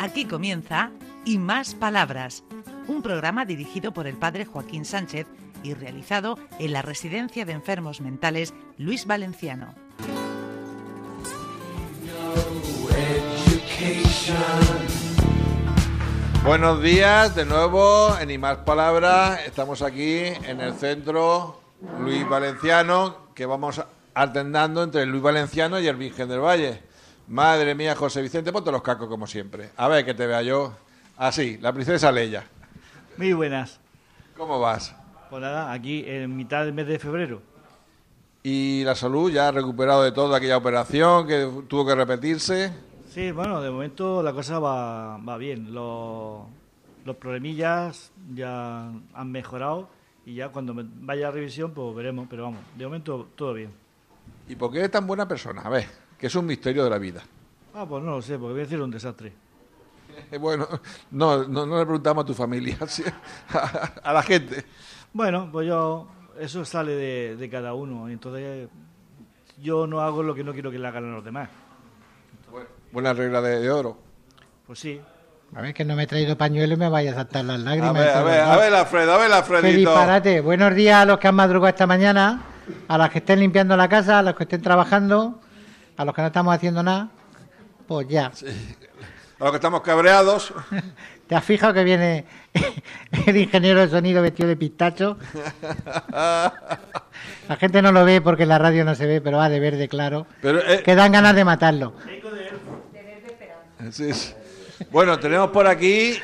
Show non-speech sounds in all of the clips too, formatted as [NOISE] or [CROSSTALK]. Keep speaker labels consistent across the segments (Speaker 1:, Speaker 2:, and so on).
Speaker 1: Aquí comienza Y Más Palabras, un programa dirigido por el padre Joaquín Sánchez y realizado en la Residencia de Enfermos Mentales Luis Valenciano.
Speaker 2: Buenos días de nuevo en Y Más Palabras. Estamos aquí en el centro Luis Valenciano, que vamos alternando entre el Luis Valenciano y el Virgen del Valle. Madre mía, José Vicente, ponte los cacos como siempre. A ver que te vea yo. Así, la princesa Leia.
Speaker 3: Muy buenas.
Speaker 2: ¿Cómo vas?
Speaker 3: Pues nada, aquí en mitad del mes de febrero.
Speaker 2: ¿Y la salud ya ha recuperado de toda aquella operación que tuvo que repetirse?
Speaker 3: Sí, bueno, de momento la cosa va, va bien. Los, los problemillas ya han mejorado y ya cuando me- vaya a revisión pues veremos, pero vamos, de momento todo bien.
Speaker 2: ¿Y por qué es tan buena persona? A ver, que es un misterio de la vida. [LAUGHS]
Speaker 3: Ah, pues no lo sé, porque voy a decir un desastre.
Speaker 2: Eh, Bueno, no, no, no le preguntamos a tu familia, [LAUGHS] sí, a, a la gente.
Speaker 3: Bueno, pues yo, eso sale de, de cada uno, y entonces yo no hago lo que no quiero que le hagan a los demás.
Speaker 2: Buena regla de, de oro.
Speaker 3: Pues sí,
Speaker 4: A ver, que no me he traído pañuelo y me vaya a saltar las
Speaker 2: A
Speaker 4: lágrimas.
Speaker 2: ver, a ver, a ver, Alfredo, a ver,
Speaker 4: ¡Qué
Speaker 2: Alfredito.
Speaker 4: disparate! Buenos días a los que han madrugado esta mañana, a las que estén limpiando la casa, a los que estén trabajando, a los que no estamos haciendo nada. Pues ya.
Speaker 2: A los que estamos cabreados.
Speaker 4: ¿Te has fijado que viene [LAUGHS] el ingeniero de sonido vestido
Speaker 2: [LAUGHS]
Speaker 4: de pistacho? La gente no lo ve porque en la radio no se ve, pero va de verde, claro.
Speaker 2: Pero, eh,
Speaker 4: Que dan ganas de matarlo.
Speaker 2: sí, sí. Bueno, tenemos por aquí,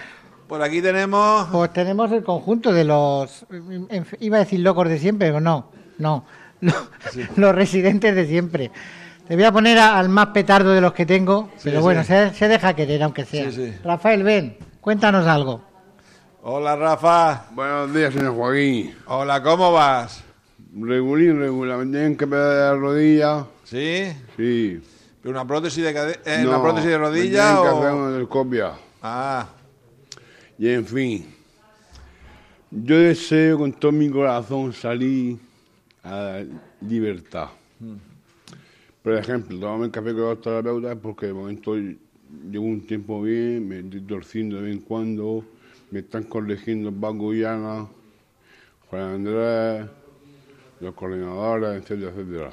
Speaker 2: por aquí tenemos
Speaker 4: Pues tenemos el conjunto de los. en- Iba a decir locos de siempre, pero no, no. Los, [LAUGHS] los residentes de siempre. Te voy a poner a- al más petardo de los que tengo,
Speaker 2: Sí,
Speaker 4: pero bueno,
Speaker 2: sí.
Speaker 4: se, se deja querer, aunque sea.
Speaker 2: Sí, sí.
Speaker 4: Rafael, ven, cuéntanos algo.
Speaker 2: Hola Rafa,
Speaker 5: Buenos días, señor Joaquín.
Speaker 2: hola, ¿cómo vas?
Speaker 5: Regulín, regular. Me tienen que pegar de la rodilla.
Speaker 2: ¿Sí?
Speaker 5: Sí.
Speaker 2: ¿Pero ¿Una prótesis de, cade- eh, una
Speaker 5: No,
Speaker 2: prótesis de
Speaker 5: Me
Speaker 2: rodilla
Speaker 5: tienen que hacer
Speaker 2: o...?
Speaker 5: una endoscopia.
Speaker 2: Ah,
Speaker 5: Y en fin. Yo deseo con todo mi corazón salir a la libertad. Por ejemplo, tomarme el café con los terapeutas porque de momento llevo un tiempo bien, me estoy torciendo de vez en cuando, me están corrigiendo Paco y Ana, Juan Andrés, los coordinadores, etcétera, etcétera.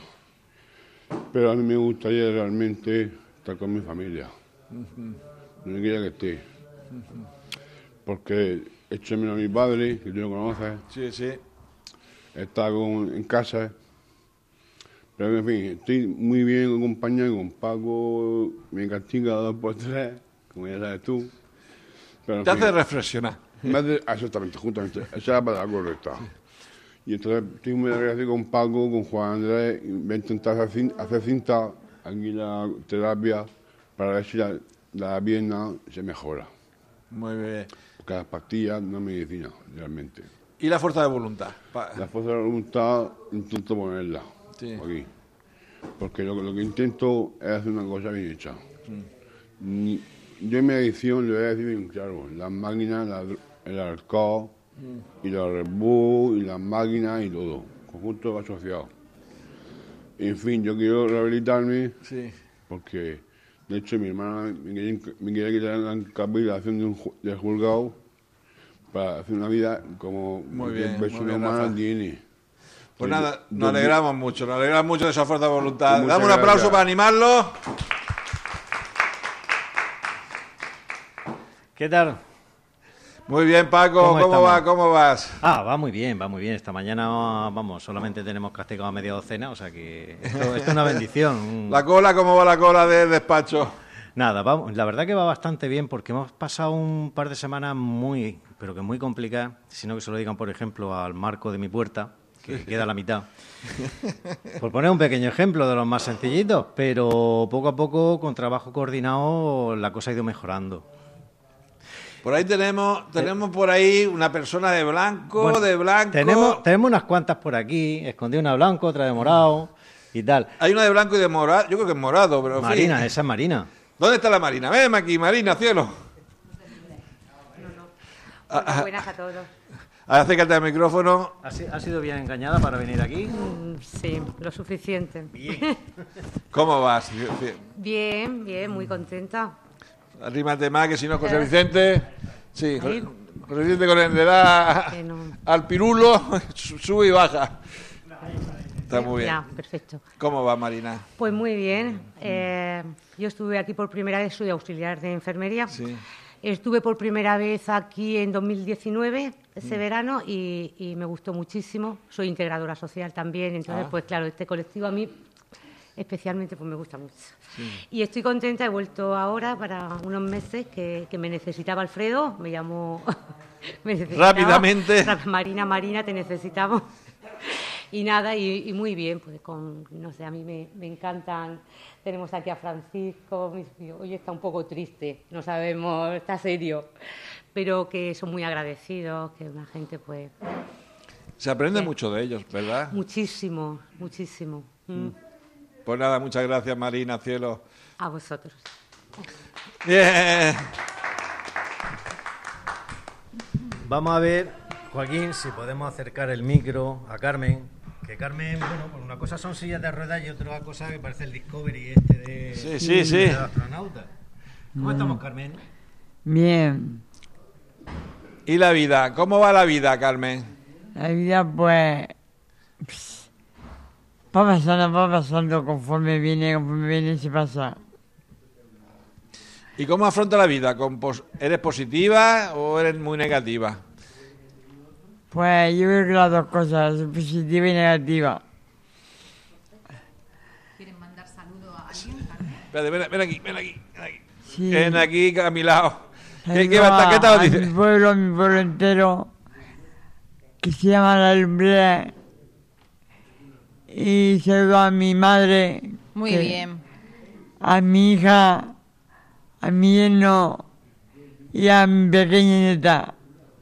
Speaker 5: Pero a mí me gustaría realmente estar con mi familia, donde quiera que esté. Porque echo de menos a mi padre, que tú lo conoces,
Speaker 2: sí, sí.
Speaker 5: estaba con- en casa. Pero en fin, estoy muy bien acompañado con Paco, me castiga dos por tres, como ya sabes tú. Pero, en
Speaker 2: Te hace
Speaker 5: fin,
Speaker 2: reflexionar.
Speaker 5: me hace- ah, exactamente, justamente, esa es la palabra correcta. Y entonces estoy muy agradecido con Paco, con Juan Andrés, y voy a intentar hacer cin- hacer cinta, aquí la terapia, para ver si la, la pierna se mejora.
Speaker 2: Muy bien.
Speaker 5: Porque las pastillas no es medicina, realmente.
Speaker 2: ¿Y la fuerza de voluntad? Pa-
Speaker 5: La fuerza de la voluntad intento ponerla
Speaker 2: Sí.
Speaker 5: aquí. Porque lo, lo que intento es hacer una cosa bien hecha.
Speaker 2: Mm.
Speaker 5: Ni- yo en mi adicción, le voy a decir bien claro, las máquinas, la dro- el alcohol,
Speaker 2: Mm.
Speaker 5: y los Red Bull, y las máquinas y todo. Conjunto asociado. En fin, yo quiero rehabilitarme
Speaker 2: Sí.
Speaker 5: porque, de hecho, mi hermana me quería, me quería quitar la capacitación de un ju- del juzgado para hacer una vida como
Speaker 2: Muy
Speaker 5: cualquier
Speaker 2: bien, muy
Speaker 5: persona
Speaker 2: bien,
Speaker 5: humana
Speaker 2: Rafa.
Speaker 5: tiene.
Speaker 2: Pues
Speaker 5: Sí,
Speaker 2: nada,
Speaker 5: yo-
Speaker 2: nos Pues
Speaker 5: yo-
Speaker 2: alegramos mucho, nos alegramos mucho de esa fuerza de voluntad.
Speaker 5: Muchas
Speaker 2: Dame un aplauso
Speaker 5: gracias.
Speaker 2: para animarlo.
Speaker 6: ¿Qué tal?
Speaker 2: Muy bien, Paco, ¿cómo,
Speaker 6: ¿Cómo estamos?
Speaker 2: va? ¿Cómo vas?
Speaker 6: Ah, va muy bien, va muy bien. Esta mañana, vamos, solamente tenemos castigado a media docena, o sea que
Speaker 2: [LAUGHS]
Speaker 6: esto, esto es una bendición.
Speaker 2: La cola, ¿cómo va la cola del despacho?
Speaker 6: Nada, vamos, la verdad que va bastante bien porque hemos pasado un par de semanas muy, pero que muy complicadas, sino que se lo digan, por ejemplo, al marco de mi puerta,
Speaker 2: [LAUGHS]
Speaker 6: que queda a la mitad. Por poner un pequeño ejemplo de los más sencillitos, pero poco a poco, con trabajo coordinado, la cosa ha ido mejorando.
Speaker 2: Por ahí tenemos, tenemos por ahí una persona de blanco,
Speaker 6: Eh, Bueno,
Speaker 2: de blanco.
Speaker 6: Tenemos, tenemos unas cuantas por aquí, escondí una de blanco, otra de morado y tal.
Speaker 2: Hay una de blanco y de morado. Yo creo que es morado, pero en fin.
Speaker 6: Marina, esa es Marina.
Speaker 2: ¿Dónde está la Marina? Ven aquí, Marina, cielo. Ah,
Speaker 7: Hola, buenas a todos.
Speaker 2: Acércate al micrófono.
Speaker 6: ¿Ha, si- ha sido bien engañada para venir aquí?
Speaker 7: Mm, Sí, lo suficiente.
Speaker 2: ¿Cómo vas? Bien.
Speaker 7: Bien, bien, muy contenta.
Speaker 2: Arrímate más, que si no, José Vicente. Sí,
Speaker 7: Ahí.
Speaker 2: Jo- José Vicente con el le da
Speaker 7: Que no.
Speaker 2: [LAUGHS] al pirulo, su- sube y baja. Está muy bien.
Speaker 7: Ya, perfecto.
Speaker 2: ¿Cómo va, Marina?
Speaker 7: Pues muy bien. Eh, yo estuve aquí por primera vez, soy auxiliar de enfermería.
Speaker 2: Sí.
Speaker 7: Estuve por primera vez aquí en 2019,
Speaker 2: Mm.
Speaker 7: ese verano, y, y me gustó muchísimo. Soy integradora social también, entonces,
Speaker 2: Ah.
Speaker 7: pues claro, este colectivo a mí especialmente pues me gusta mucho. Y estoy contenta, he vuelto ahora para unos meses que, que me necesitaba Alfredo, me llamó... [LAUGHS] me necesitaba.
Speaker 2: Rápidamente.
Speaker 7: Ra- Marina, Marina, te necesitamos. Y nada, y, y muy bien, pues con, no sé, a mí me, me encantan. Tenemos aquí a Francisco, mis- hoy está un poco triste, no sabemos, está serio, pero que son muy agradecidos, que una gente, pues,
Speaker 2: Se aprende
Speaker 7: Sí.
Speaker 2: mucho de ellos, ¿verdad?
Speaker 7: muchísimo, muchísimo. Mm.
Speaker 2: Pues nada, muchas gracias, Marina, cielo.
Speaker 7: A vosotros.
Speaker 2: Bien.
Speaker 6: Vamos a ver, Joaquín, si podemos acercar el micro a Carmen. Que Carmen, bueno, pues una cosa son sillas de ruedas y otra cosa que parece el Discovery este de,
Speaker 2: Sí, sí, sí.
Speaker 6: de astronauta.
Speaker 8: Mm.
Speaker 6: ¿Cómo estamos, Carmen?
Speaker 9: Bien,
Speaker 2: ¿Y la vida? ¿Cómo va la vida, Carmen?
Speaker 9: la vida pues pss, va pasando, va pasando conforme viene, conforme viene se pasa.
Speaker 2: ¿Y cómo afronta la vida? ¿Con pos- ¿Eres positiva o eres muy negativa?
Speaker 9: Pues yo creo que las dos cosas, positiva y negativa.
Speaker 2: Espérate, ven, ven aquí, ven aquí, ven aquí.
Speaker 9: Sí.
Speaker 2: Ven aquí a mi lado. ¿Qué, qué,
Speaker 9: Saludo
Speaker 2: va- qué
Speaker 9: a-
Speaker 2: estabas
Speaker 9: a Mi
Speaker 2: diciendo?
Speaker 9: pueblo, a mi pueblo entero, que se llama La Lumbrera. Y saludo a mi madre.
Speaker 10: Muy
Speaker 9: que-
Speaker 10: bien.
Speaker 9: A mi hija, a mi yerno y a mi pequeña nieta.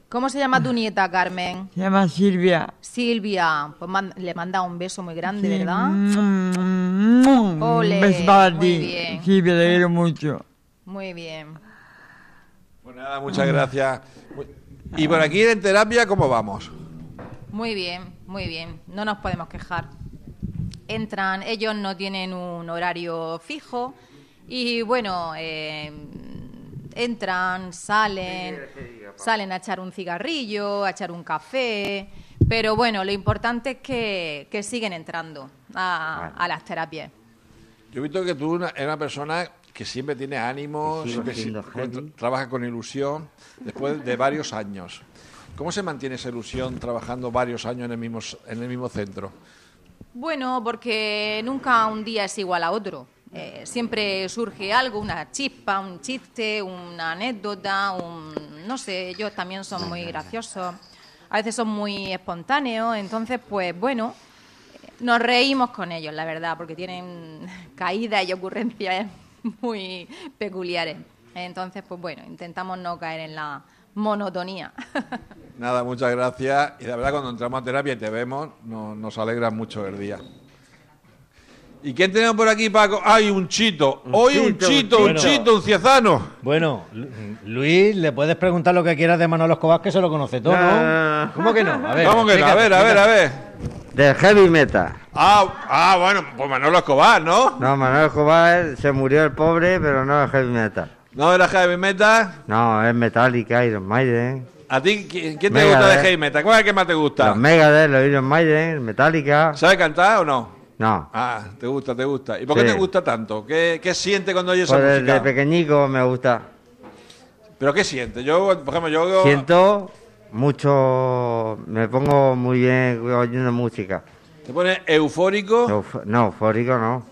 Speaker 10: ¿Cómo se llama tu nieta, Carmen?
Speaker 9: Se llama Silvia.
Speaker 10: Silvia. Pues man- le manda un beso muy grande,
Speaker 9: Sí,
Speaker 10: ¿verdad?
Speaker 9: mm, mm,
Speaker 10: Ole,
Speaker 9: Un beso para
Speaker 10: muy
Speaker 9: ti.
Speaker 10: bien.
Speaker 9: Silvia, te quiero mucho.
Speaker 10: Muy bien.
Speaker 2: Pues nada, muchas gracias. Muy- ¿Y por aquí en terapia cómo vamos?
Speaker 10: Muy bien, muy bien. No nos podemos quejar. Entran, ellos no tienen un horario fijo y bueno, eh, entran, salen, salen a echar un cigarrillo, a echar un café, pero bueno, lo importante es que, que siguen entrando a, a las terapias.
Speaker 2: Yo he visto que tú una- eres una persona que siempre tiene ánimo,
Speaker 8: Que sigo
Speaker 2: siempre
Speaker 8: siendo
Speaker 2: si- con-
Speaker 8: heavy.
Speaker 2: trabaja con ilusión, después de varios años. ¿Cómo se mantiene esa ilusión trabajando varios años en el mismo, s- en el mismo centro?
Speaker 10: Bueno, porque nunca un día es igual a otro. Eh, siempre surge algo, una chispa, un chiste, una anécdota, un... no sé, ellos también son muy graciosos. A veces son muy espontáneos, entonces pues bueno, eh, nos reímos con ellos, la verdad, porque tienen [LAUGHS] caídas y ocurrencias [LAUGHS] muy peculiares. Entonces pues bueno, intentamos no caer en la monotonía. [LAUGHS]
Speaker 2: Nada, muchas gracias. Y la verdad, cuando entramos a terapia y te vemos, no- nos alegra mucho el día. ¿Y quién tenemos por aquí, Paco? ¡Ay, un chito! ¡Hoy un
Speaker 6: chito,
Speaker 2: chito,
Speaker 6: un
Speaker 2: un
Speaker 6: chito.
Speaker 2: chito, un ciezano!
Speaker 6: Bueno, Lu- Luis, le puedes preguntar lo que quieras de Manolo Escobar, que se lo conoce todo, ¿no?
Speaker 8: No.
Speaker 6: ¿Cómo que no? A ver,
Speaker 2: Vamos que no, a
Speaker 6: explícate,
Speaker 2: ver, a ver, a ver.
Speaker 8: Del heavy metal.
Speaker 2: Ah, ah, bueno, pues Manolo Escobar, ¿no?
Speaker 8: No, Manuel Escobar se murió el pobre, pero no el heavy metal.
Speaker 2: No era heavy metal.
Speaker 8: No, es Metallica, Iron Maiden.
Speaker 2: ¿A ti qui- quién te
Speaker 8: Venga,
Speaker 2: gusta
Speaker 8: a
Speaker 2: de
Speaker 8: ver.
Speaker 2: heavy metal? ¿Cuál es el que más te gusta?
Speaker 8: Los Megadeth, los Iron Maiden, Metallica.
Speaker 2: ¿Sabes cantar o no?
Speaker 8: No.
Speaker 2: Ah, te gusta, te gusta. ¿Y por qué
Speaker 8: Sí.
Speaker 2: te gusta tanto? ¿Qué, qué sientes cuando oyes
Speaker 8: Pues
Speaker 2: esa
Speaker 8: desde
Speaker 2: música?
Speaker 8: pequeñico me gusta.
Speaker 2: ¿Pero qué sientes? Yo, por ejemplo, yo...
Speaker 8: Siento mucho. Me pongo muy bien oyendo música.
Speaker 2: Te pones eufórico,
Speaker 8: Euf- No, eufórico no.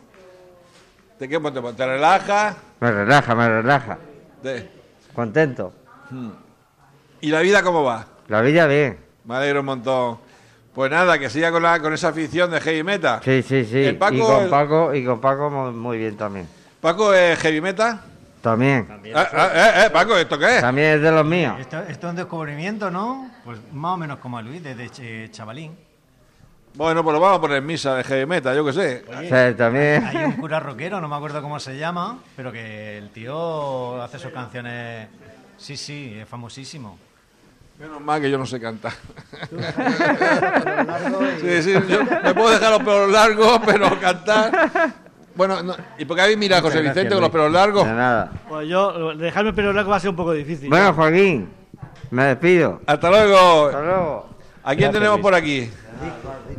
Speaker 2: te, ¿qué- te, pues, te relajas...
Speaker 8: Me relaja, me relaja.
Speaker 2: te-
Speaker 8: Contento.
Speaker 2: ¿Y la vida cómo va?
Speaker 8: La vida bien.
Speaker 2: Me alegro un montón. Pues nada, que siga con, la, con esa afición de heavy metal.
Speaker 8: Sí, sí, sí.
Speaker 2: El Paco-
Speaker 8: y con Paco, y con Paco mu- muy bien también.
Speaker 2: ¿Paco es heavy metal?
Speaker 8: También.
Speaker 2: Ah, ah, eh, eh, Paco, ¿esto qué es?
Speaker 8: También es de los míos.
Speaker 6: Esto, esto es un descubrimiento, ¿no? Pues más o menos como a Luis, desde ch- eh,
Speaker 8: [LAUGHS]
Speaker 6: chavalín.
Speaker 2: Bueno, pues lo vamos a poner en misa de heavy metal, yo qué sé.
Speaker 8: O sea, también.
Speaker 6: Hay un cura rockero, no me acuerdo cómo se llama, pero que el tío hace sus canciones. Sí, sí, es famosísimo.
Speaker 2: Menos mal que yo no sé cantar. [LAUGHS] Sí, sí, yo me puedo dejar los pelos largos, pero cantar. Bueno, no, ¿y por qué habéis mirado a José
Speaker 11: Muchas gracias,
Speaker 2: Vicente con los pelos
Speaker 11: Luis.
Speaker 2: largos?
Speaker 11: De nada.
Speaker 12: Pues yo, dejarme el pelo largo va a ser un poco difícil.
Speaker 11: Bueno, Joaquín, me despido.
Speaker 2: Hasta luego.
Speaker 11: Hasta luego.
Speaker 2: ¿A quién
Speaker 6: Gracias,
Speaker 2: tenemos
Speaker 6: Luis.
Speaker 2: por aquí?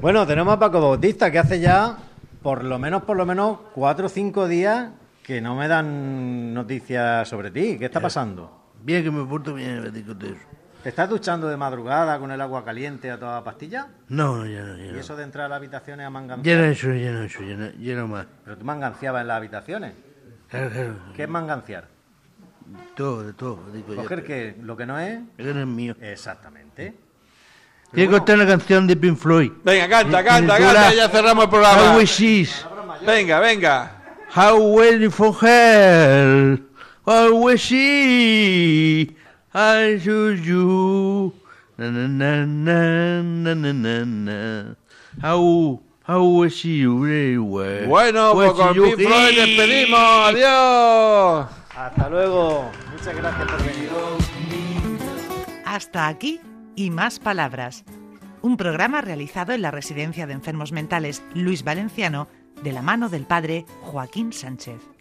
Speaker 6: Bueno, tenemos a Paco Bautista, que hace ya por lo menos, por lo menos, cuatro o cinco días que no me dan noticias sobre ti. ¿Qué está pasando?
Speaker 3: Bien, que me porto bien, me digo de eso.
Speaker 6: ¿Te estás duchando de madrugada con el agua caliente a toda pastilla?
Speaker 3: No, no, ya no, ya
Speaker 6: ¿Y
Speaker 3: no.
Speaker 6: eso de entrar a las habitaciones
Speaker 3: Ya
Speaker 6: a
Speaker 3: no
Speaker 6: manganciar?
Speaker 3: he hecho, ya no he hecho, ya no, ya no más.
Speaker 6: Pero tú manganciabas en las habitaciones.
Speaker 3: Claro, claro,
Speaker 6: ¿Qué es manganciar?
Speaker 3: todo, de todo, digo yo.
Speaker 6: Coger que lo que no es.
Speaker 3: Eso no es mío.
Speaker 6: Exactamente.
Speaker 3: Quiero contar una canción de Pink Floyd.
Speaker 2: Venga, canta,
Speaker 3: Ni-
Speaker 2: canta,
Speaker 3: ni
Speaker 2: canta,
Speaker 3: dura.
Speaker 2: y ya cerramos el
Speaker 3: How
Speaker 2: programa.
Speaker 3: we sees,
Speaker 2: Venga, venga.
Speaker 3: how waiting for hell, how we see, I choose you, na na na na na na na na, how, how we see you very
Speaker 11: Eh,
Speaker 3: well.
Speaker 2: Bueno,
Speaker 3: We
Speaker 2: pues con
Speaker 3: see you
Speaker 2: Pink Floyd
Speaker 3: here.
Speaker 2: despedimos. Adiós.
Speaker 6: Hasta luego. Muchas gracias por venir.
Speaker 1: Hasta aquí y más palabras. Un programa realizado en la Residencia de Enfermos Mentales Luis Valenciano de la mano del padre Joaquín Sánchez.